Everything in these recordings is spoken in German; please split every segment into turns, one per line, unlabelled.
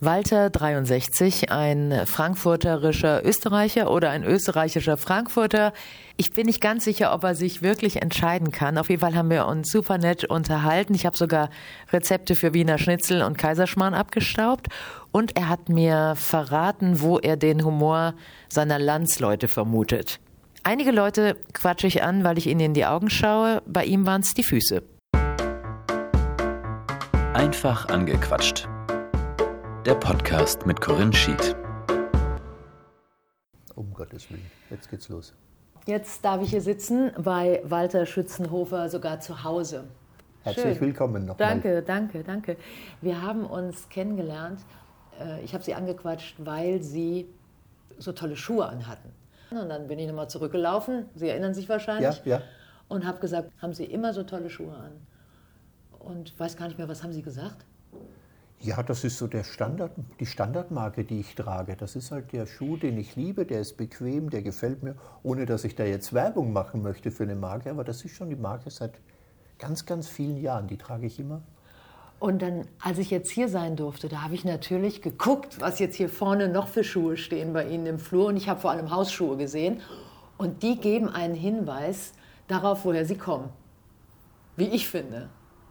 Walter 63, ein frankfurterischer Österreicher oder ein österreichischer Frankfurter. Ich bin nicht ganz sicher, ob er sich wirklich entscheiden kann. Auf jeden Fall haben wir uns super nett unterhalten. Ich habe sogar Rezepte für Wiener Schnitzel und Kaiserschmarrn abgestaubt. Und er hat mir verraten, wo er den Humor seiner Landsleute vermutet. Einige Leute quatsche ich an, weil ich ihnen in die Augen schaue. Bei ihm waren es die Füße.
Einfach angequatscht. Der Podcast mit Corinne Schied.
Um Gottes Willen, jetzt geht's los.
Jetzt darf ich hier sitzen bei Walter Schützenhofer sogar zu Hause.
Herzlich willkommen nochmal.
Danke, danke, danke. Wir haben uns kennengelernt. äh, Ich habe Sie angequatscht, weil Sie so tolle Schuhe anhatten. Und dann bin ich nochmal zurückgelaufen. Sie erinnern sich
Ja,
wahrscheinlich.
ja.
Und habe gesagt, haben Sie immer so tolle Schuhe an? Und weiß gar nicht mehr, was haben Sie gesagt?
Ja, das ist so der Standard, die Standardmarke, die ich trage. Das ist halt der Schuh, den ich liebe, der ist bequem, der gefällt mir, ohne dass ich da jetzt Werbung machen möchte für eine Marke, aber das ist schon die Marke seit ganz, ganz vielen Jahren. Die trage ich immer.
Und dann, als ich jetzt hier sein durfte, da habe ich natürlich geguckt, was jetzt hier vorne noch für Schuhe stehen bei Ihnen im Flur. Und ich habe vor allem Hausschuhe gesehen. Und die geben einen Hinweis darauf, woher sie kommen. Wie ich finde.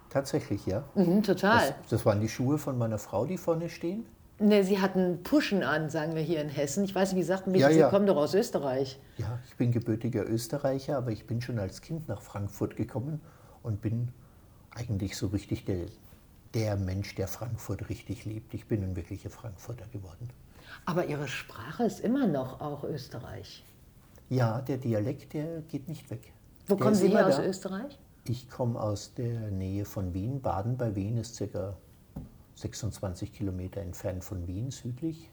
Tatsächlich, ja.
Mhm, total.
Das, das waren die Schuhe von meiner Frau, die vorne stehen.
Ne, sie hatten Puschen an, sagen wir hier in Hessen. Ich weiß nicht, wie sagten wir,
Ja,
das? sie
ja.
kommen doch aus Österreich.
Ja, ich bin gebürtiger Österreicher, aber ich bin schon als Kind nach Frankfurt gekommen und bin eigentlich so richtig der, der Mensch, der Frankfurt richtig liebt. Ich bin ein wirklicher Frankfurter geworden.
Aber ihre Sprache ist immer noch auch Österreich.
Ja, der Dialekt, der geht nicht weg.
Wo
der
kommen
ist
Sie her
immer
aus
da.
Österreich?
Ich komme aus der Nähe von Wien. Baden bei Wien ist ca. 26 Kilometer entfernt von Wien südlich.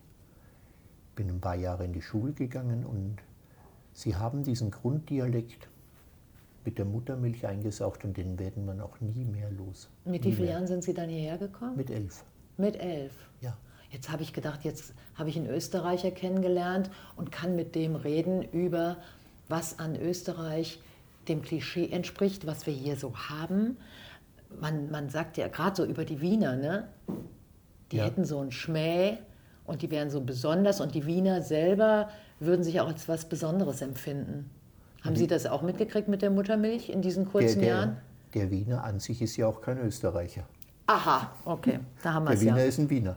Bin ein paar Jahre in die Schule gegangen und sie haben diesen Grunddialekt mit der Muttermilch eingesaugt und den werden wir noch nie mehr los.
Mit wie vielen Jahren sind Sie dann hierher gekommen?
Mit elf,
Mit elf.
ja.
Jetzt habe ich gedacht, jetzt habe ich einen Österreicher kennengelernt und kann mit dem reden über, was an Österreich dem Klischee entspricht, was wir hier so haben. Man, man sagt ja gerade so über die Wiener, ne? die
Ja.
hätten so einen Schmäh und die wären so besonders und die Wiener selber würden sich auch als was Besonderes empfinden. Haben Sie das auch mitgekriegt mit der Muttermilch in diesen
Der,
kurzen Jahren?
der, der Wiener an sich ist ja auch kein Österreicher.
Aha, okay, da haben wir
Der
es
Wiener
ja.
ist ein Wiener.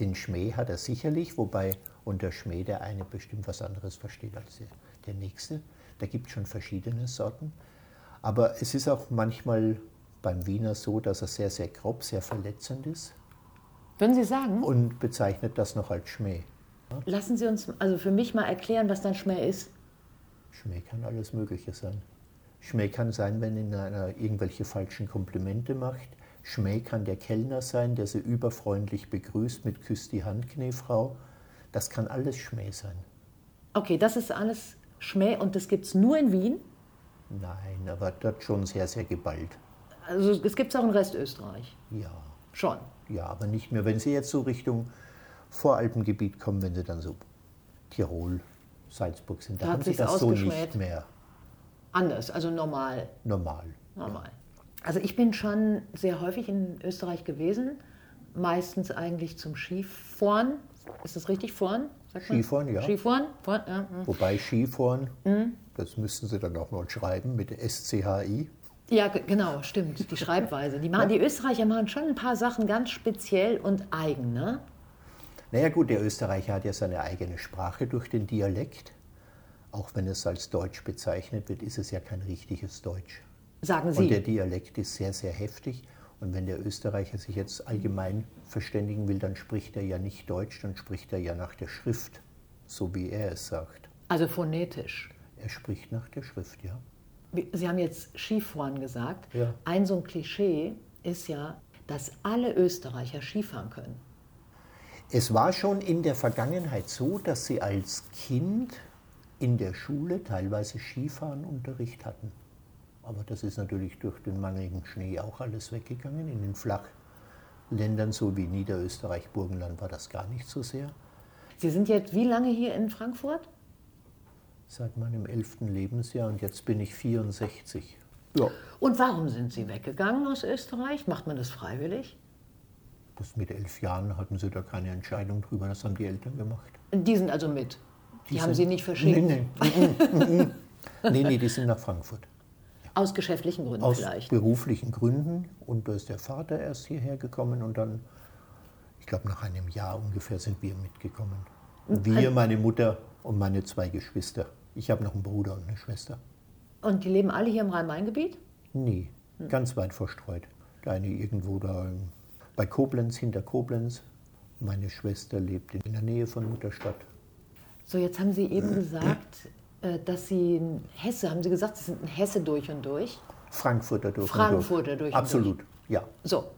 Den Schmäh hat er sicherlich, wobei unter Schmäh der eine bestimmt was anderes versteht als der, der nächste. Da gibt es schon verschiedene Sorten. Aber es ist auch manchmal beim Wiener so, dass er sehr, sehr grob, sehr verletzend ist
Würden Sie sagen?
und bezeichnet das noch als Schmäh.
Lassen Sie uns also für mich mal erklären, was dann Schmäh ist.
Schmäh kann alles Mögliche sein. Schmäh kann sein, wenn in einer irgendwelche falschen Komplimente macht. Schmäh kann der Kellner sein, der sie überfreundlich begrüßt mit Küss die Hand, Knefrau. Das kann alles Schmäh sein.
Okay, das ist alles Schmäh und das gibt es nur in Wien.
Nein, aber dort schon sehr, sehr geballt.
Also es gibt es auch im Rest Österreich.
Ja,
Schon.
ja, aber nicht mehr. Wenn Sie jetzt so Richtung Voralpengebiet kommen, wenn Sie dann so Tirol, Salzburg sind,
Da
da
hat
haben Sie
sich's
das so
ausgeschmäht.
nicht mehr
Anders, also normal.
normal.
Normal. Also ich bin schon sehr häufig in Österreich gewesen. Meistens eigentlich zum Skifahren. Ist das richtig? Fahren? Sagt man?
Skifahren, ja.
Skifahren? Fahren, ja. mhm.
Wobei Skifahren,
Hm.
das müssten Sie dann auch mal schreiben mit SCHI.
Ja, g- genau, stimmt. Die Schreibweise. Die, machen, die Österreicher machen schon ein paar Sachen ganz speziell und eigen, ne?
Naja gut, der Österreicher hat ja seine eigene Sprache durch den Dialekt. Auch wenn es als Deutsch bezeichnet wird, ist es ja kein richtiges Deutsch.
Sagen
Und der
Sie.
Dialekt ist sehr, sehr heftig. Und wenn der Österreicher sich jetzt allgemein verständigen will, dann spricht er ja nicht Deutsch, dann spricht er ja nach der Schrift, so wie er es sagt.
Also phonetisch.
Er spricht nach der Schrift, ja.
Sie haben jetzt Skifahren gesagt.
Ja.
Ein so ein Klischee ist ja, dass alle Österreicher Skifahren können.
Es war schon in der Vergangenheit so, dass sie als Kind in der Schule teilweise Skifahrenunterricht hatten. Aber das ist natürlich durch den mangelnden Schnee auch alles weggegangen. In den Flachländern, so wie Niederösterreich, Burgenland, war das gar nicht so sehr.
Sie sind jetzt wie lange hier in Frankfurt?
Seit meinem elften Lebensjahr und jetzt bin ich 64. Ja.
Und warum sind Sie weggegangen aus Österreich? Macht man das freiwillig?
Das mit elf Jahren hatten sie da keine Entscheidung drüber, das haben die Eltern gemacht.
Die sind also mit. Die, haben
sind-
Sie nicht verschickt.
Nee, nee. nee, nee, die sind nach Frankfurt.
Aus geschäftlichen Gründen
Aus
vielleicht.
beruflichen Gründen. Und da ist der Vater erst hierher gekommen und dann, ich glaube, nach einem Jahr ungefähr sind wir mitgekommen.
Hm,
Wir, meine Mutter und meine zwei Geschwister. Ich habe noch einen Bruder und eine Schwester.
Und die leben alle hier im Rhein-Main-Gebiet?
Nee, ganz weit verstreut. Der eine irgendwo da in- bei Koblenz, hinter Koblenz. Meine Schwester lebt in der Nähe von Mutterstadt.
So, jetzt haben Sie eben gesagt, äh, dass Sie ein Hesse, haben Sie gesagt, Sie sind ein Hesse durch und durch.
Frankfurter durch. und
Frankfurter durch und durch.
Absolut, ja.
So,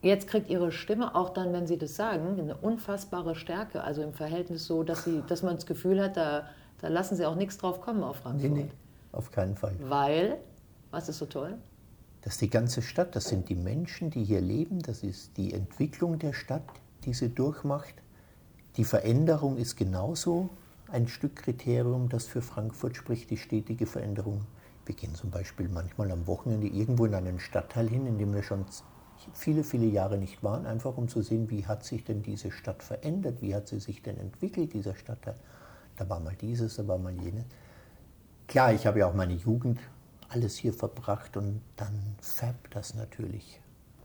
jetzt kriegt Ihre Stimme auch dann, wenn Sie das sagen, eine unfassbare Stärke. Also im Verhältnis so, dass, Sie, dass man das Gefühl hat, da, da lassen Sie auch nichts drauf kommen auf
Nee,
Frankfurt.
nee, auf keinen Fall.
Weil, was ist so toll?
Das ist die ganze Stadt, das sind die Menschen, die hier leben, das ist die Entwicklung der Stadt, die sie durchmacht. Die Veränderung ist genauso ein Stück Kriterium, das für Frankfurt spricht, die stetige Veränderung. Wir gehen zum Beispiel manchmal am Wochenende irgendwo in einen Stadtteil hin, in dem wir schon z- viele, viele Jahre nicht waren, einfach um zu sehen, wie hat sich denn diese Stadt verändert, wie hat sie sich denn entwickelt, dieser Stadtteil. Da war mal dieses, da war mal jenes. Klar, ich habe ja auch meine Jugend alles hier verbracht und dann färbt das natürlich.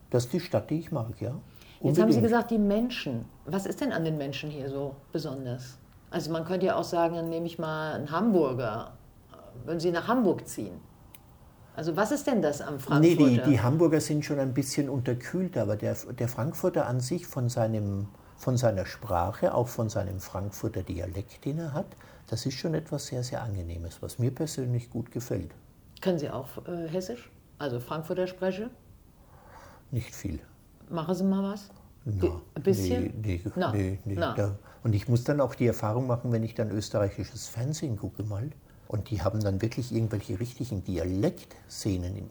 Das ist die Stadt, die ich mag, ja.
Jetzt haben Sie
Unbedingt.
gesagt, die Menschen. Was ist denn an den Menschen hier so besonders? Also man könnte ja auch sagen, dann nehme ich mal einen Hamburger, äh, wenn Sie nach Hamburg ziehen. Also was ist denn das am
Nee,
Frankfurter?
die, die Hamburger sind schon ein bisschen unterkühlt, aber der, der Frankfurter an sich von, seinem, von seiner Sprache, auch von seinem Frankfurter Dialekt, den er hat, das ist schon etwas sehr, sehr Angenehmes, was mir persönlich gut gefällt.
Können Sie auch äh, Hessisch? Also Frankfurter spreche?
Nicht viel.
Machen Sie mal was?
Na,
ein bisschen?
Nee, nee,
Na,
nee, nee,
na.
Da, und ich muss dann auch die Erfahrung machen, wenn ich dann österreichisches Fernsehen gucke mal, und die haben dann wirklich irgendwelche richtigen Dialektszenen, in-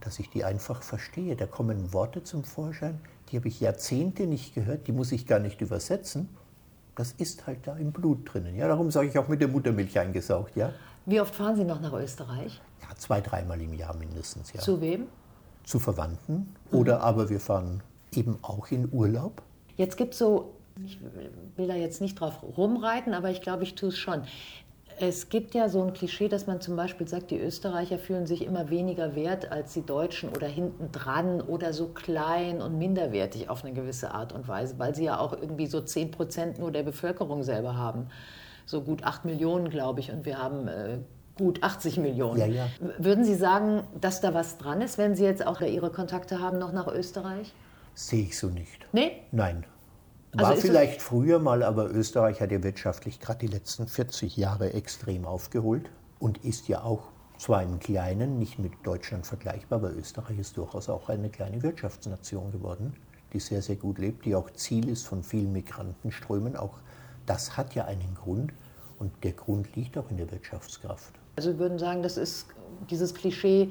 dass ich die einfach verstehe. Da kommen Worte zum Vorschein, die habe ich Jahrzehnte nicht gehört, die muss ich gar nicht übersetzen. Das ist halt da im Blut drinnen. Ja, darum sage ich auch mit der Muttermilch eingesaugt, ja.
Wie oft fahren Sie noch nach Österreich?
Ja, zwei, dreimal im Jahr mindestens, ja
Zu Mhm. wem?
zu Verwandten oder aber wir fahren eben auch in Urlaub.
Jetzt gibt es so, ich will da jetzt nicht drauf rumreiten, aber ich glaube, ich tue es schon. Es gibt ja so ein Klischee, dass man zum Beispiel sagt, die Österreicher fühlen sich immer weniger wert als die Deutschen oder hinten dran oder so klein und minderwertig auf eine gewisse Art und Weise, weil sie ja auch irgendwie so 10 Prozent nur der Bevölkerung selber haben. So gut 8 Millionen, glaube ich, und wir haben äh, gut 80 Millionen.
Ja, ja.
W- Würden Sie sagen, dass da was dran ist, wenn Sie jetzt auch Ihre Kontakte haben noch nach Österreich?
Sehe ich so nicht.
Nee?
Nein.
Also
War
ist es-
vielleicht früher mal, aber Österreich hat ja wirtschaftlich gerade die letzten 40 Jahre extrem aufgeholt und ist ja auch zwar im Kleinen nicht mit Deutschland vergleichbar, aber Österreich ist durchaus auch eine kleine Wirtschaftsnation geworden, die sehr, sehr gut lebt, die auch Ziel ist von vielen Migrantenströmen. Auch das hat ja einen Grund und der Grund liegt auch in der Wirtschaftskraft.
Also wir würden sagen, das ist dieses Klischee,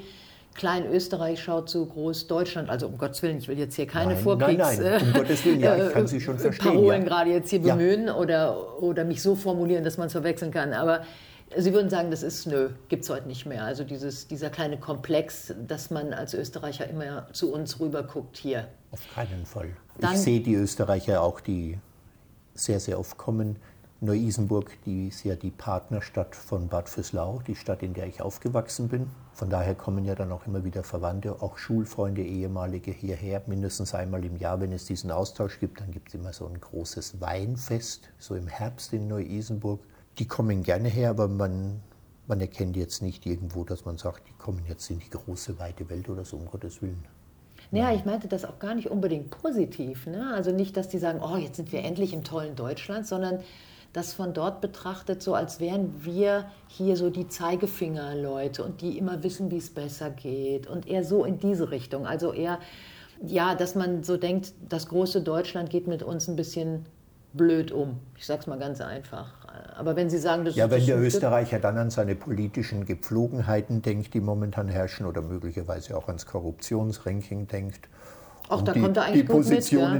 klein Österreich schaut zu groß Deutschland. Also um Gottes Willen, ich will jetzt hier keine
Nein,
Vorkriegs...
nein, nein, um Gottes Willen, ja, ich kann Sie schon
äh,
verstehen,
Parolen
ja.
gerade jetzt hier
Ja.
bemühen oder, oder mich so formulieren, dass man es verwechseln kann. Aber Sie würden sagen, das ist, nö, gibt es heute nicht mehr. Also dieses, dieser kleine Komplex, dass man als Österreicher immer zu uns rüber guckt hier.
Auf keinen Fall.
Dann-
ich sehe die Österreicher auch, die sehr, sehr oft kommen. Neu-Isenburg, die ist ja die Partnerstadt von Bad Fürslau, die Stadt, in der ich aufgewachsen bin. Von daher kommen ja dann auch immer wieder Verwandte, auch Schulfreunde, ehemalige hierher, mindestens einmal im Jahr, wenn es diesen Austausch gibt. Dann gibt es immer so ein großes Weinfest, so im Herbst in Neu-Isenburg. Die kommen gerne her, aber man, man erkennt jetzt nicht irgendwo, dass man sagt, die kommen jetzt in die große, weite Welt oder so, um Gottes Willen.
Naja, ich meinte das auch gar nicht unbedingt positiv. Ne? Also nicht, dass die sagen, oh, jetzt sind wir endlich im tollen Deutschland, sondern das von dort betrachtet, so als wären wir hier so die Zeigefingerleute und die immer wissen, wie es besser geht und eher so in diese Richtung. Also eher, ja, dass man so denkt, das große Deutschland geht mit uns ein bisschen blöd um. Ich sag's mal ganz einfach. Aber wenn Sie sagen, das
Ja,
das
wenn der
stimmt-
Österreicher dann an seine politischen Gepflogenheiten denkt, die momentan herrschen, oder möglicherweise auch ans Korruptionsranking denkt,
Ach,
und
da
die,
kommt er eigentlich
die
gut mit,
Positionen,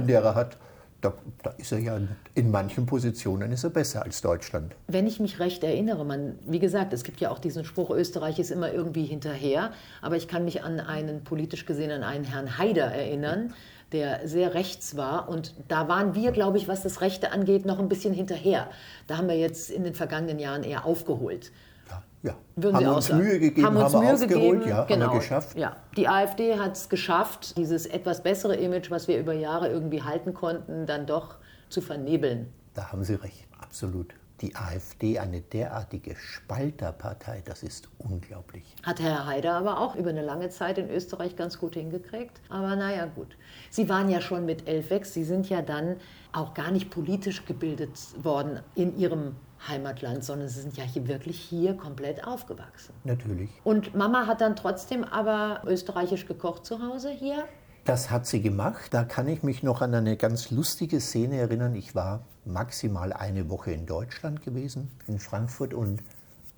ja.
die er hat, da, da ist er ja in manchen Positionen ist er besser als Deutschland.
Wenn ich mich recht erinnere, man, wie gesagt, es gibt ja auch diesen Spruch, Österreich ist immer irgendwie hinterher, aber ich kann mich an einen politisch gesehen an einen Herrn Haider erinnern, der sehr rechts war. Und da waren wir, glaube ich, was das Rechte angeht, noch ein bisschen hinterher. Da haben wir jetzt in den vergangenen Jahren eher aufgeholt.
Ja, ja.
Würden
haben
Sie
wir
auch
uns
sagen.
Mühe gegeben, haben,
uns
wir
Mühe
aufgeholt,
gegeben,
ja,
genau.
haben wir geschafft.
Ja. Die AfD hat es geschafft, dieses etwas bessere Image, was wir über Jahre irgendwie halten konnten, dann doch zu vernebeln.
Da haben Sie recht, absolut. Die AfD, eine derartige Spalterpartei, das ist unglaublich.
Hat Herr Haider aber auch über eine lange Zeit in Österreich ganz gut hingekriegt. Aber naja, gut. Sie waren ja schon mit elf weg. Sie sind ja dann auch gar nicht politisch gebildet worden in Ihrem Heimatland, sondern Sie sind ja hier wirklich hier komplett aufgewachsen.
Natürlich.
Und Mama hat dann trotzdem aber österreichisch gekocht zu Hause hier.
Das hat sie gemacht. Da kann ich mich noch an eine ganz lustige Szene erinnern. Ich war maximal eine Woche in Deutschland gewesen, in Frankfurt und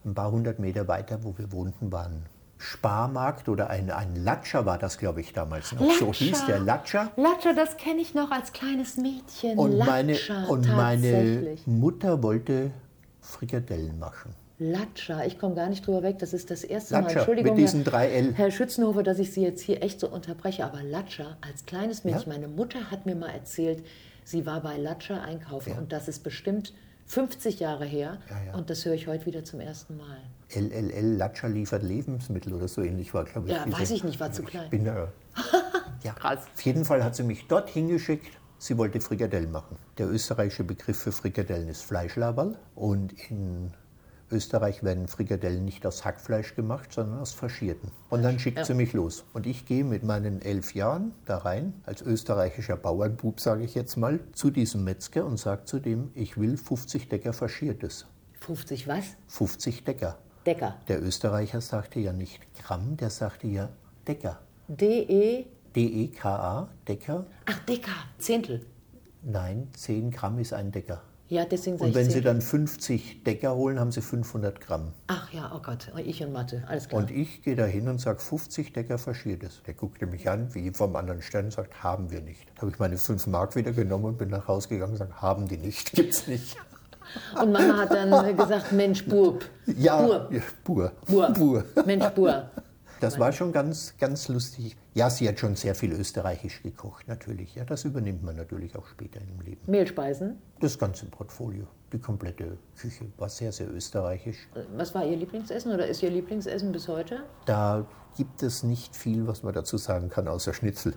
ein paar hundert Meter weiter, wo wir wohnten, war ein Sparmarkt oder ein, ein Latscher war das, glaube ich, damals noch. So
Latscher.
hieß der Latscher.
Latscha, das kenne ich noch als kleines Mädchen.
Und, meine,
Latscha,
und meine
tatsächlich.
Mutter wollte Frikadellen machen.
Latscha, ich komme gar nicht drüber weg. Das ist das erste Mal.
Latscha,
Entschuldigung,
mit diesen
Herr-
drei L.
Herr Schützenhofer, dass ich Sie jetzt hier echt so unterbreche. Aber Latscha, als kleines Mädchen,
Ja.
meine Mutter hat mir mal erzählt, sie war bei Latscha einkaufen.
Ja.
Und das ist bestimmt 50 Jahre her.
Ja, ja.
Und das höre ich heute wieder zum ersten Mal.
LLL, Latscher liefert Lebensmittel oder so ähnlich war, glaube ich.
Ja, weiß ich nicht, war zu klein.
Ich bin da. ja.
Krass.
Auf jeden Fall hat sie mich dorthin geschickt. Sie wollte Frikadellen machen. Der österreichische Begriff für Frikadellen ist Fleischlaberl. Und in Österreich werden Frikadellen nicht aus Hackfleisch gemacht, sondern aus Faschierten. Und dann schickt sie mich los. Und ich gehe mit meinen elf Jahren da rein, als österreichischer Bauernbub, sage ich jetzt mal, zu diesem Metzger und sage zu dem, ich will 50 Decker Faschiertes.
50 was?
50 Decker.
Decker.
Der Österreicher sagte ja nicht Gramm, der sagte ja Decker.
D-E.
D-E-K-A, Decker.
Ach, Decker. Zehntel.
Nein, 10 Gramm ist ein Decker.
Ja, deswegen sage
Und
ich
wenn Sie
Zehntel.
dann 50 Decker holen, haben Sie 500 Gramm.
Ach ja, oh Gott. Ich und Mathe. Alles klar.
Und ich gehe da hin und sage, 50 Decker Faschiertes. Der guckte mich an, wie vom anderen Stern, und sagt, haben wir nicht. Da habe ich meine 5 Mark wieder genommen und bin nach Hause gegangen und gesagt, haben die nicht, gibt's nicht.
Und Mama hat dann gesagt, Mensch, Bub.
Ja,
Bub.
ja, pur.
Bur.
Pur.
Mensch, Bur.
Das war schon ganz, ganz lustig. Ja, sie hat schon sehr viel österreichisch gekocht, natürlich. Ja, das übernimmt man natürlich auch später im Leben.
Mehlspeisen.
Das ganze Portfolio, die komplette Küche war sehr, sehr österreichisch.
Was war Ihr Lieblingsessen oder ist Ihr Lieblingsessen bis heute?
Da gibt es nicht viel, was man dazu sagen kann, außer Schnitzel.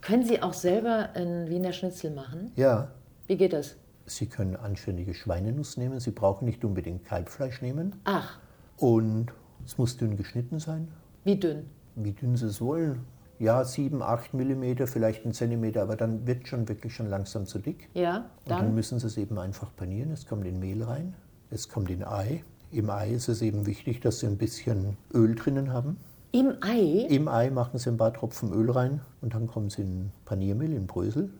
Können Sie auch selber ein Wiener Schnitzel machen?
Ja,
Wie geht das?
Sie können anständige Schweinenuss nehmen. Sie brauchen nicht unbedingt Kalbfleisch nehmen.
Ach,
Und es muss dünn geschnitten sein,
wie dünn.
wie dünn Sie es wollen. Ja, 7, 8 Millimeter, vielleicht ein Zentimeter, aber dann wird schon wirklich schon langsam zu dick.
Ja,
Und dann
dann?
müssen sie es eben einfach panieren. Es kommt in Mehl rein, es kommt in Ei. Im Ei ist es eben wichtig, dass sie ein bisschen Öl drinnen haben.
Im Ei?
Im Ei machen sie ein paar Tropfen Öl rein und dann kommen sie in Paniermehl, in Brösel.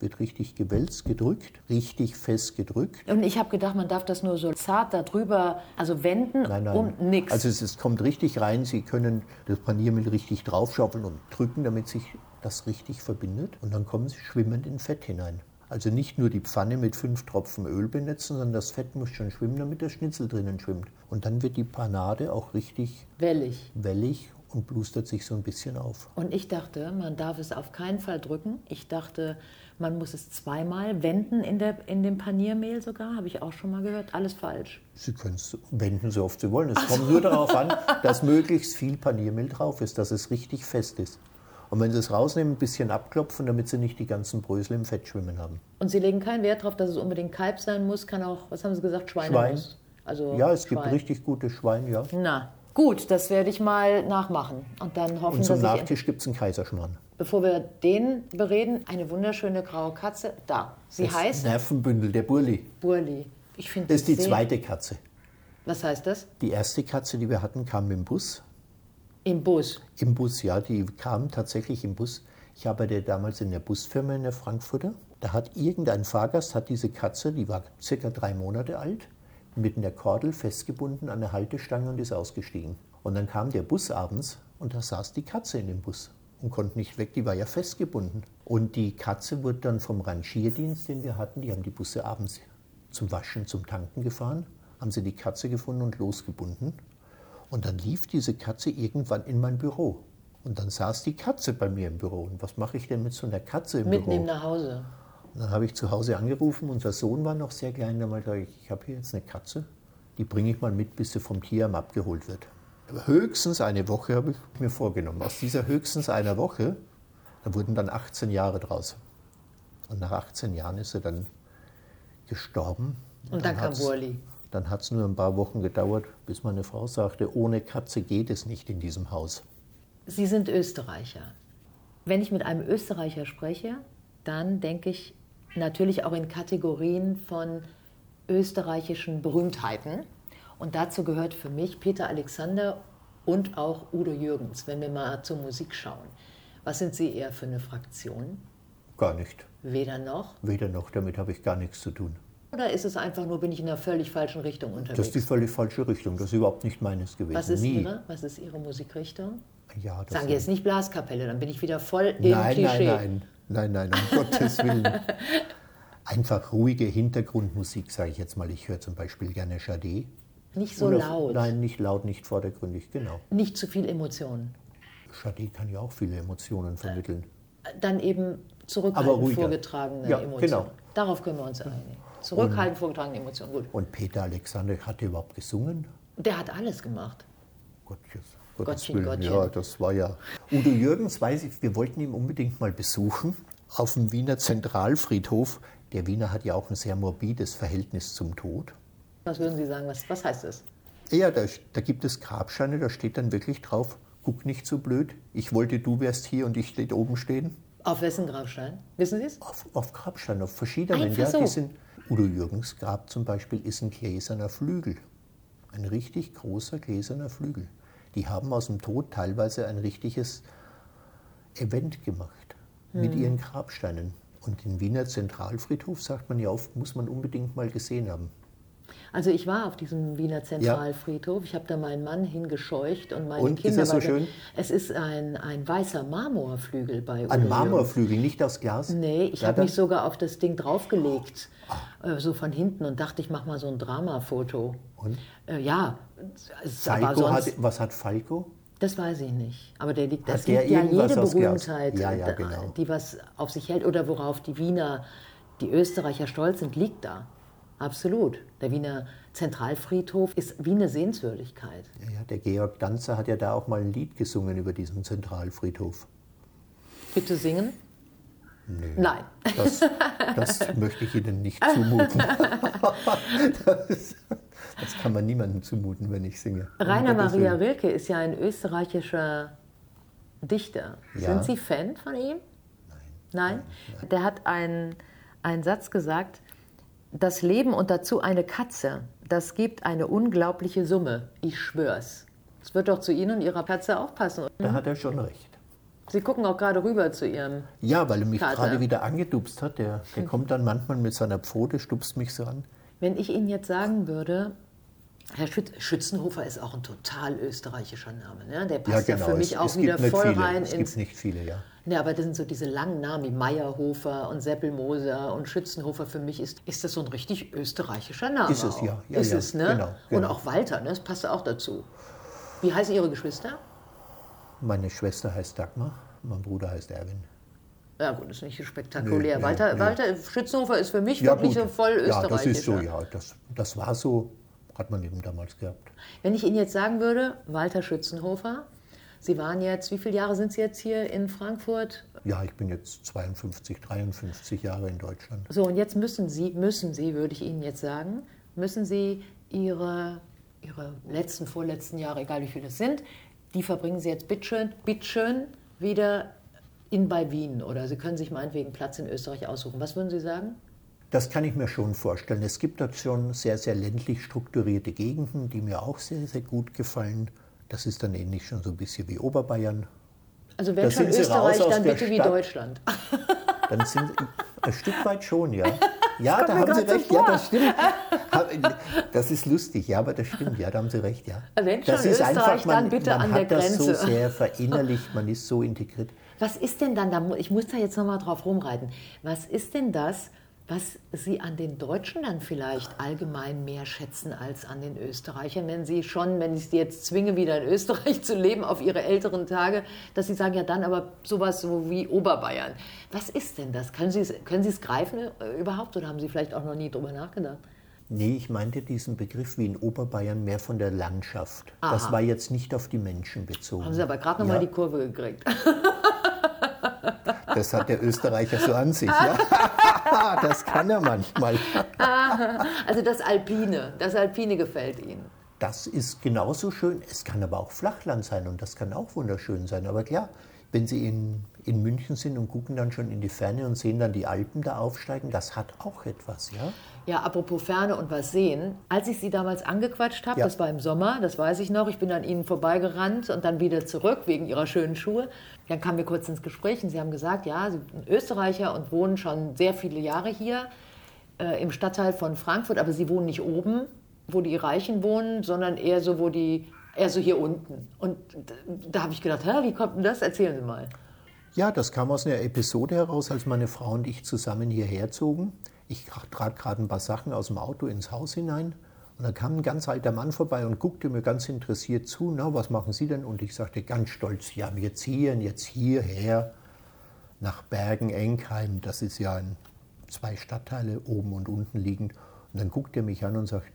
Wird richtig gewälzt, gedrückt, richtig fest gedrückt.
Und ich habe gedacht, man darf das nur so zart darüber, also wenden
Nein, nein.
und nix.
Also es, es kommt richtig rein. Sie können das Paniermehl richtig draufschaufeln und drücken, damit sich das richtig verbindet. Und dann kommen sie schwimmend in Fett hinein. Also nicht nur die Pfanne mit fünf Tropfen Öl benetzen, sondern das Fett muss schon schwimmen, damit der Schnitzel drinnen schwimmt. Und dann wird die Panade auch richtig
Wellig.
wellig und blustert sich so ein bisschen auf.
Und ich dachte, man darf es auf keinen Fall drücken. Ich dachte, man muss es zweimal wenden in, der, in dem Paniermehl sogar. Habe ich auch schon mal gehört. Alles falsch.
Sie können es wenden, so oft Sie wollen. Es kommt nur darauf an, dass möglichst viel Paniermehl drauf ist, dass es richtig fest ist. Und wenn Sie es rausnehmen, ein bisschen abklopfen, damit Sie nicht die ganzen Brösel im Fett schwimmen haben.
Und Sie legen keinen Wert darauf, dass es unbedingt Kalb sein muss, kann auch, was haben Sie gesagt, Schweine
Schwein.
muss. Also
Ja, es
Schwein.
gibt richtig gutes Schwein, ja.
Na, gut, das werde ich mal nachmachen. Und dann hoffen,
Und zum
dass ich,
Nachtisch gibt es einen Kaiserschmarrn.
bevor wir den bereden, eine wunderschöne graue Katze, da. Sie
Das
heißt
Nervenbündel, der Burli.
Burli. Ich finde
Das ist die
sehr-
zweite Katze.
Was heißt das?
Die erste Katze, die wir hatten, kam mit dem Bus.
Im Bus.
Im Bus, ja, die kamen tatsächlich im Bus. Ich arbeitete damals in der Busfirma in der Frankfurter. Da hat irgendein Fahrgast, hat diese Katze, die war circa drei Monate alt, mit einer Kordel festgebunden an der Haltestange und ist ausgestiegen. Und dann kam der Bus abends und da saß die Katze in dem Bus und konnte nicht weg, die war ja festgebunden. Und die Katze wurde dann vom Rangierdienst, den wir hatten, die haben die Busse abends zum Waschen, zum Tanken gefahren, haben sie die Katze gefunden und losgebunden. Und dann lief diese Katze irgendwann in mein Büro. Und dann saß die Katze bei mir im Büro. Und was mache ich denn mit so einer Katze im
Mitnehmen
Büro?
nach Hause.
Und dann habe ich zu Hause angerufen, unser Sohn war noch sehr klein, da meinte ich, ich habe hier jetzt eine Katze, die bringe ich mal mit, bis sie vom Tierheim abgeholt wird. Höchstens eine Woche habe ich mir vorgenommen. Aus dieser höchstens einer Woche, da wurden dann 18 Jahre draus. Und nach 18 Jahren ist sie dann gestorben.
Und dann kam
hat's-
Wurli.
Dann hat es nur ein paar Wochen gedauert, bis meine Frau sagte, ohne Katze geht es nicht in diesem Haus.
Sie sind Österreicher. Wenn ich mit einem Österreicher spreche, dann denke ich natürlich auch in Kategorien von österreichischen Berühmtheiten. Und dazu gehört für mich Peter Alexander und auch Udo Jürgens, wenn wir mal zur Musik schauen. Was sind Sie eher für eine Fraktion?
Gar nicht.
Weder noch?
Weder noch, damit habe ich gar nichts zu tun.
Oder ist es einfach nur, bin ich in einer völlig falschen Richtung
Das ist die
unterwegs?
völlig falsche Richtung. Das ist überhaupt nicht meines gewesen.
Was ist,
Nie.
Ihre, was ist Ihre Musikrichtung?
Ja, das
Sagen wir jetzt nicht Blaskapelle, dann bin ich wieder voll im
nein, nein,
Klischee.
nein, nein, nein, um Gottes Willen. Einfach ruhige Hintergrundmusik, sage ich jetzt mal. Ich höre zum Beispiel gerne Chade.
Nicht so
Oder-
laut.
Nein, nicht laut, nicht vordergründig, genau.
Nicht zu viel Emotionen.
Chade kann ja auch viele Emotionen vermitteln.
Dann eben
Aber
zurückhaltend
ruhiger.
vorgetragene
Ja,
Emotionen.
genau.
Darauf können wir uns einigen. Zurückhaltend vorgetragene Emotionen, gut.
Und Peter Alexander hat er überhaupt gesungen?
Der hat alles gemacht.
Gottes,
Gottchen,
Willen.
Gottchen.
Ja, das war ja. Udo Jürgens, weiß ich, wir wollten ihn unbedingt mal besuchen auf dem Wiener Zentralfriedhof. Der Wiener hat ja auch ein sehr morbides Verhältnis zum Tod.
Was würden Sie sagen, was, was heißt das?
Ja, da, da gibt es Grabsteine, da steht dann wirklich drauf, guck nicht so blöd, ich wollte, du wärst hier und ich steht oben stehen.
Auf wessen Grabstein? Wissen Sie es?
Auf, auf Grabsteinen, auf verschiedenen.
Einfach
ja,
so.
die sind, Udo Jürgens Grab zum Beispiel ist ein gläserner Flügel. Ein richtig großer gläserner Flügel. Die haben aus dem Tod teilweise ein richtiges Event gemacht
Hm.
mit ihren Grabsteinen. Und den Wiener Zentralfriedhof, sagt man ja oft, muss man unbedingt mal gesehen haben.
Also ich war auf diesem Wiener Zentralfriedhof. Ich habe da meinen Mann hingescheucht und meine
Und, ist
Kinder.
das so
weil wir-
schön?
Es ist ein, ein weißer Marmorflügel bei
Ein
Udo Jürgens.
Marmorflügel, nicht aus Glas?
Nee, ich
Ja,
habe
dann-
mich sogar auf das Ding draufgelegt, äh, so von hinten und dachte, ich mache mal so ein Drama-Foto.
Und?
Äh, ja, es- aber
Falco
sonst,
hat, was hat Falco?
das weiß ich nicht. Aber der liegt, das
der
liegt ja
irgendwas
jede
aus Glas?
Berühmtheit,
Ja, ja,
äh,
genau.
die was auf sich hält oder worauf die Wiener, die Österreicher stolz sind, liegt da. Absolut. Der Wiener Zentralfriedhof ist wie eine Sehenswürdigkeit.
Ja, Ja, der Georg Danzer hat ja da auch mal ein Lied gesungen über diesen Zentralfriedhof.
Bitte singen? Nein.
Das, das möchte ich Ihnen nicht zumuten. Das, das kann man niemandem zumuten, wenn ich singe. Um
Rainer
Gottes
Maria hm?
Willen.
Rilke ist ja ein österreichischer Dichter.
Ja.
Sind Sie Fan von ihm? Nein. Nein? Der hat einen, einen Satz gesagt, das Leben und dazu eine Katze, das gibt eine unglaubliche Summe, ich schwör's. Es wird doch zu Ihnen und Ihrer Katze auch passen.
Da hat er schon recht.
Sie gucken auch gerade rüber zu Ihrem.
Ja, weil er mich
Kater.
gerade wieder angedupst hat. Der, der kommt dann manchmal mit seiner Pfote, stupst mich so an.
Wenn ich Ihnen jetzt sagen würde, Herr Schütz, Schützenhofer ist auch ein total österreichischer Name. Ne? Der passt ja, für mich
genau, es,
auch
es
wieder
gibt nicht
voll
viele.
rein
Es
ins
gibt nicht viele, ja.
Ja, aber das sind so diese langen Namen wie Meierhofer und Seppelmoser und Schützenhofer. Für mich ist, ist das so ein richtig österreichischer Name.
Ist es,
auch.
ja. Ja,
ist
ja.
es, ne?
Genau,
Und
genau.
auch Walter, ne? das passt auch dazu. Wie heißen Ihre Geschwister?
Meine Schwester heißt Dagmar, mein Bruder heißt Erwin.
Ja, gut, ist nicht so spektakulär.
Nö, nö,
Walter,
nö.
Walter Schützenhofer ist für mich
Ja,
wirklich so voll
ja, das ist
österreichischer.
so, ja. Das, das war so, hat man eben damals gehabt.
Wenn ich Ihnen jetzt sagen würde, Walter Schützenhofer, Sie waren jetzt, wie viele Jahre sind Sie jetzt hier in Frankfurt?
Ja, ich bin jetzt 52, 53 Jahre in Deutschland.
So, und jetzt müssen Sie, müssen Sie, würde ich Ihnen jetzt sagen, müssen Sie Ihre, Ihre letzten, vorletzten Jahre, egal wie viele es sind, die verbringen Sie jetzt bitteschön, bitteschön wieder in bei Wien oder Sie können sich meinetwegen Platz in Österreich aussuchen. Was würden Sie sagen?
Das kann ich mir schon vorstellen. Es gibt dort schon sehr, sehr ländlich strukturierte Gegenden, die mir auch sehr, sehr gut gefallen. Das ist dann ähnlich schon so ein bisschen wie Oberbayern.
Also wenn
Da
schon
sind Sie
Österreich,
raus aus
dann
der
bitte wie
Stadt.
Deutschland.
Dann sind ein Stück weit schon, ja. Ja, da
mir
haben Sie
grad so
recht. Ja, das stimmt. Das ist lustig, ja, aber das stimmt. Ja, da haben Sie recht, ja.
Wenn schon
das
Österreich, dann bitte
man
an
hat
der
das so
Grenze.
sehr verinnerlicht, man ist so integriert.
Was ist denn dann, da mu- ich muss da jetzt nochmal drauf rumreiten, was ist denn das, was Sie an den Deutschen dann vielleicht allgemein mehr schätzen als an den Österreichern, wenn Sie schon, wenn ich Sie jetzt zwinge, wieder in Österreich zu leben auf Ihre älteren Tage, dass Sie sagen, ja dann aber sowas so wie Oberbayern. Was ist denn das? Können Sie es, können Sie es greifen äh, überhaupt oder haben Sie vielleicht auch noch nie drüber nachgedacht?
Nee, ich meinte diesen Begriff wie in Oberbayern mehr von der Landschaft. Das
Aha.
war jetzt nicht auf die Menschen bezogen.
Haben Sie aber gerade
ja,
nochmal mal die Kurve gekriegt.
Das hat der Österreicher so an sich. Ja. Das kann er manchmal.
Also das Alpine, das Alpine gefällt Ihnen.
Das ist genauso schön. Es kann aber auch Flachland sein und das kann auch wunderschön sein. Aber klar, wenn Sie in, in München sind und gucken dann schon in die Ferne und sehen dann die Alpen da aufsteigen, das hat auch etwas, ja?
Ja, apropos Ferne und was sehen. Als ich Sie damals angequatscht habe,
Ja.
das war im Sommer, das weiß ich noch, ich bin an Ihnen vorbeigerannt und dann wieder zurück wegen Ihrer schönen Schuhe. Dann kamen wir kurz ins Gespräch und Sie haben gesagt, ja, Sie sind Österreicher und wohnen schon sehr viele Jahre hier äh, im Stadtteil von Frankfurt, aber Sie wohnen nicht oben, wo die Reichen wohnen, sondern eher so, wo die, eher so hier unten. Und d- da habe ich gedacht, hä, wie kommt denn das? Erzählen Sie mal.
Ja, das kam aus einer Episode heraus, als meine Frau und ich zusammen hierher zogen. Ich trat gerade ein paar Sachen aus dem Auto ins Haus hinein und da kam ein ganz alter Mann vorbei und guckte mir ganz interessiert zu. Na, was machen Sie denn? Und ich sagte ganz stolz, ja, wir ziehen jetzt hierher nach Bergen-Enkheim. Das ist ja in zwei Stadtteile oben und unten liegend. Und dann guckt er mich an und sagt,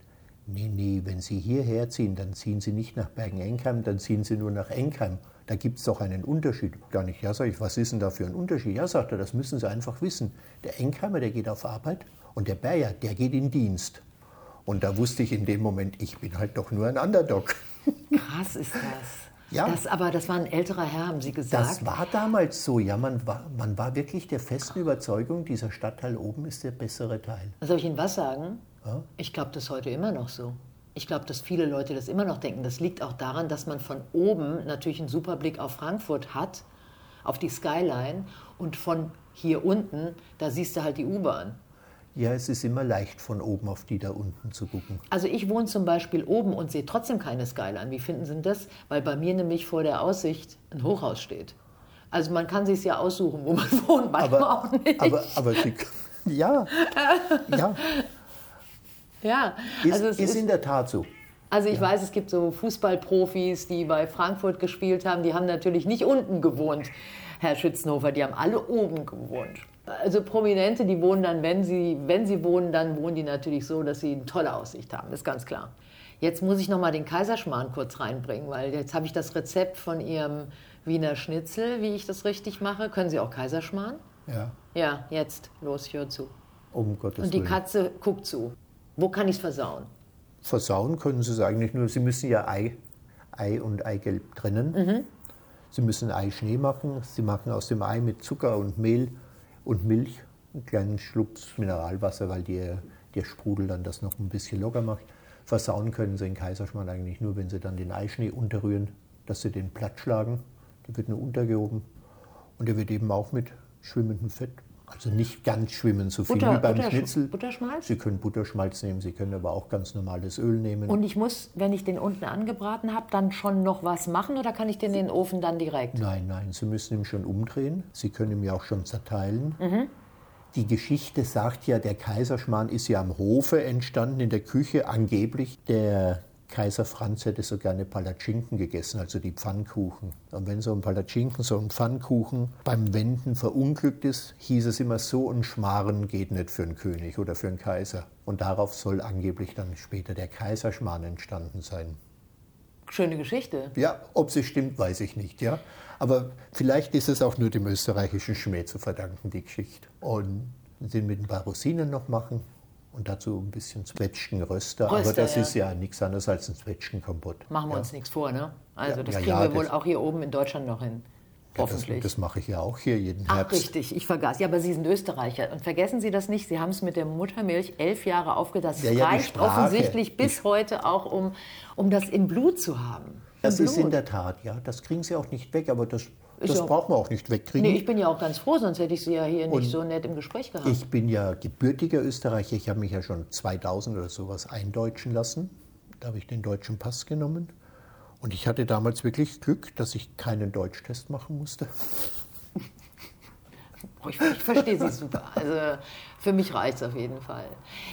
nee, nee, wenn Sie hierher ziehen, dann ziehen Sie nicht nach Bergen-Enkheim, dann ziehen Sie nur nach Enkheim. Da gibt es doch einen Unterschied. Gar nicht. Ja, sag ich, was ist denn da für ein Unterschied? Ja, sagt er, das müssen Sie einfach wissen. Der Enkheimer, der geht auf Arbeit und der Berger, der geht in Dienst. Und da wusste ich in dem Moment, ich bin halt doch nur ein Underdog.
Krass ist das.
Ja.
Das, aber das war ein älterer Herr, haben Sie gesagt.
Das war damals so, ja, man war, man war wirklich der festen Überzeugung, dieser Stadtteil oben ist der bessere Teil.
Soll ich Ihnen was sagen? Ich glaube, das ist heute immer noch so. Ich glaube, dass viele Leute das immer noch denken. Das liegt auch daran, dass man von oben natürlich einen super Blick auf Frankfurt hat, auf die Skyline. Und von hier unten, da siehst du halt die U-Bahn.
Ja, es ist immer leicht, von oben auf die da unten zu gucken.
Also ich wohne zum Beispiel oben und sehe trotzdem keine Skyline. Wie finden Sie denn das? Weil bei mir nämlich vor der Aussicht ein Hochhaus steht. Also man kann sich ja aussuchen, wo man wohnt, manchmal
Aber,
auch nicht.
aber, aber sie, ja, ja,
ja,
ist,
also es
ist, in der Tat so.
Also ich weiß, es gibt so Fußballprofis, die bei Frankfurt gespielt haben, die haben natürlich nicht unten gewohnt, Herr Schützenhofer, die haben alle oben gewohnt. Also Prominente, die wohnen dann, wenn sie, wenn sie wohnen, dann wohnen die natürlich so, dass sie eine tolle Aussicht haben, ist ganz klar. Jetzt muss ich nochmal den Kaiserschmarrn kurz reinbringen, weil jetzt habe ich das Rezept von Ihrem Wiener Schnitzel, wie ich das richtig mache. Können Sie auch Kaiserschmarrn?
Ja,
Ja, jetzt, los, ich höre zu.
um Gottes
Und die
Willen.
Katze guckt zu. Wo kann ich es versauen?
Versauen können sie es eigentlich nur, sie müssen ja Ei, Ei und Eigelb trennen.
Mhm.
Sie müssen Eischnee machen, sie machen aus dem Ei mit Zucker und Mehl und Milch einen kleinen Schluck Mineralwasser, weil die, der Sprudel dann das noch ein bisschen locker macht. Versauen können sie den Kaiserschmarrn eigentlich nur, wenn sie dann den Eischnee unterrühren, dass sie den platt schlagen. Der wird nur untergehoben und der wird eben auch mit schwimmendem Fett, also nicht ganz schwimmen, so viel
Butter-
wie beim
Buttersch-
Schnitzel.
Butterschmalz?
Sie können Butterschmalz nehmen, Sie können aber auch ganz normales Öl nehmen.
Und ich muss, wenn ich den unten angebraten habe, dann schon noch was machen oder kann ich den in den Ofen dann direkt?
nein, nein, Sie müssen ihn schon umdrehen. Sie können ihn ja auch schon zerteilen. Die Geschichte sagt ja, der Kaiserschmarrn ist ja am Hofe entstanden, in der Küche. Angeblich der Kaiser Franz hätte so gerne Palatschinken gegessen, also die Pfannkuchen. Und wenn so ein Palatschinken, so ein Pfannkuchen beim Wenden verunglückt ist, hieß es immer so, ein Schmarren geht nicht für einen König oder für einen Kaiser. Und darauf soll angeblich dann später der Kaiserschmarrn entstanden sein.
Schöne Geschichte.
Ja, ob sie stimmt, weiß ich nicht, ja. Aber vielleicht ist es auch nur dem österreichischen Schmäh zu verdanken, die Geschichte. Und den mit ein paar Rosinen noch machen und dazu ein bisschen Zwetschgenröster. Aber
Röster,
das
ja.
ist ja nichts anderes als ein Zwetschgenkompott.
Machen wir
ja.
uns nichts vor, ne? Also
Ja,
das
ja,
kriegen
ja,
wir wohl
das-
auch hier oben in Deutschland noch hin.
Ja, das,
Hoffentlich.
das mache ich ja auch hier jeden
Ach,
Herbst.
richtig, ich vergaß. Ja, aber Sie sind Österreicher. Und vergessen Sie das nicht, Sie haben es mit der Muttermilch elf Jahre aufgedacht. Das
Ja, ja, die
reicht
Sprache.
offensichtlich bis
Die-
heute auch, um, um das im Blut zu haben.
Das
Im
ist in der Tat, ja. Das kriegen sie auch nicht weg, aber das, das
ja-
brauchen wir auch nicht wegkriegen.
Nee, ich bin ja auch ganz froh, sonst hätte ich Sie ja hier nicht so nett im Gespräch gehabt.
Ich bin ja gebürtiger Österreicher. Ich habe mich ja schon 2000 oder sowas eindeutschen lassen. Da habe ich den deutschen Pass genommen. Und ich hatte damals wirklich Glück, dass ich keinen Deutschtest machen musste.
Oh, Ich, ich verstehe Sie super. Also für mich reicht es auf jeden Fall.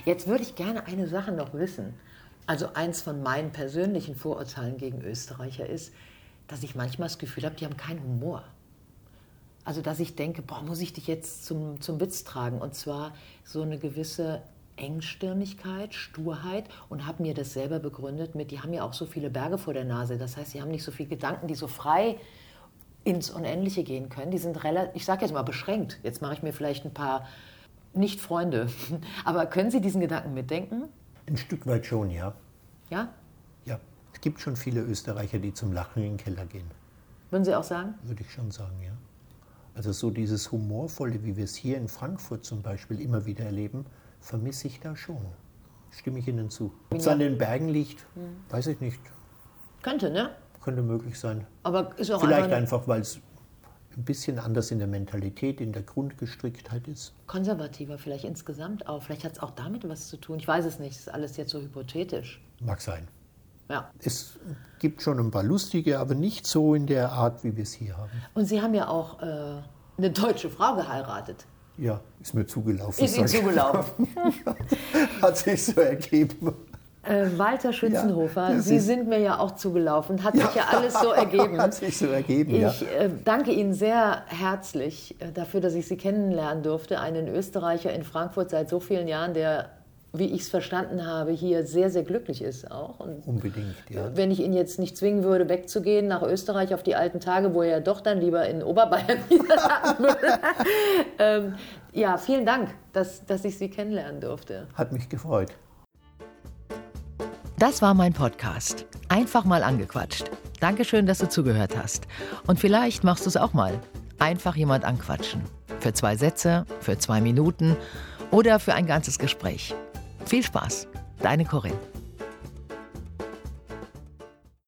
Jetzt würde ich gerne eine Sache noch wissen. Also eins von meinen persönlichen Vorurteilen gegen Österreicher ist, dass ich manchmal das Gefühl habe, die haben keinen Humor. Also dass ich denke, boah, muss ich dich jetzt zum, zum Witz tragen? Und zwar so eine gewisse Engstirnigkeit, Sturheit und habe mir das selber begründet mit, die haben ja auch so viele Berge vor der Nase. Das heißt, sie haben nicht so viele Gedanken, die so frei ins Unendliche gehen können. Die sind relativ, ich sage jetzt mal beschränkt. Jetzt mache ich mir vielleicht ein paar Nicht-Freunde. Aber können Sie diesen Gedanken mitdenken?
Ein Stück weit schon, ja.
Ja?
Ja, es gibt schon viele Österreicher, die zum Lachen in den Keller gehen,
Würden Sie auch sagen?
würde ich schon sagen, ja. Also so dieses Humorvolle, wie wir es hier in Frankfurt zum Beispiel immer wieder erleben, vermisse ich da schon. Stimme ich Ihnen zu. Ob es an den Bergen liegt, weiß ich nicht.
Könnte, ne?
Könnte möglich sein.
Aber ist auch
Vielleicht
einfach
einfach, weil es ein bisschen anders in der Mentalität, in der Grundgestricktheit ist.
konservativer, vielleicht insgesamt auch. Vielleicht hat es auch damit was zu tun. Ich weiß es nicht. Das ist alles jetzt so hypothetisch.
Mag sein.
Ja.
Es gibt schon ein paar lustige, aber nicht so in der Art, wie wir es hier haben.
Und Sie haben ja auch äh, eine deutsche Frau geheiratet.
Ja, ist mir zugelaufen.
Ist Ihnen
sag ich.
zugelaufen.
Hat sich so ergeben.
Äh, Walter Schützenhofer,
das
Sie
ist-
sind mir ja auch zugelaufen. Hat sich ja alles so ergeben.
Hat sich so ergeben, ja.
Ich äh, danke Ihnen sehr herzlich äh, dafür, dass ich Sie kennenlernen durfte. Einen Österreicher in Frankfurt seit so vielen Jahren, der, wie ich es verstanden habe, hier sehr, sehr glücklich ist auch. Und
Unbedingt, ja.
wenn ich ihn jetzt nicht zwingen würde, wegzugehen nach Österreich auf die alten Tage, wo er ja doch dann lieber in Oberbayern niederlassen würde. ähm, ja, vielen Dank, dass, dass ich Sie kennenlernen durfte.
Hat mich gefreut.
Das war mein Podcast. Einfach mal angequatscht. Dankeschön, dass du zugehört hast. Und vielleicht machst du es auch mal. Einfach jemand anquatschen. Für zwei Sätze, für zwei Minuten oder für ein ganzes Gespräch. Viel Spaß. Deine Corinne.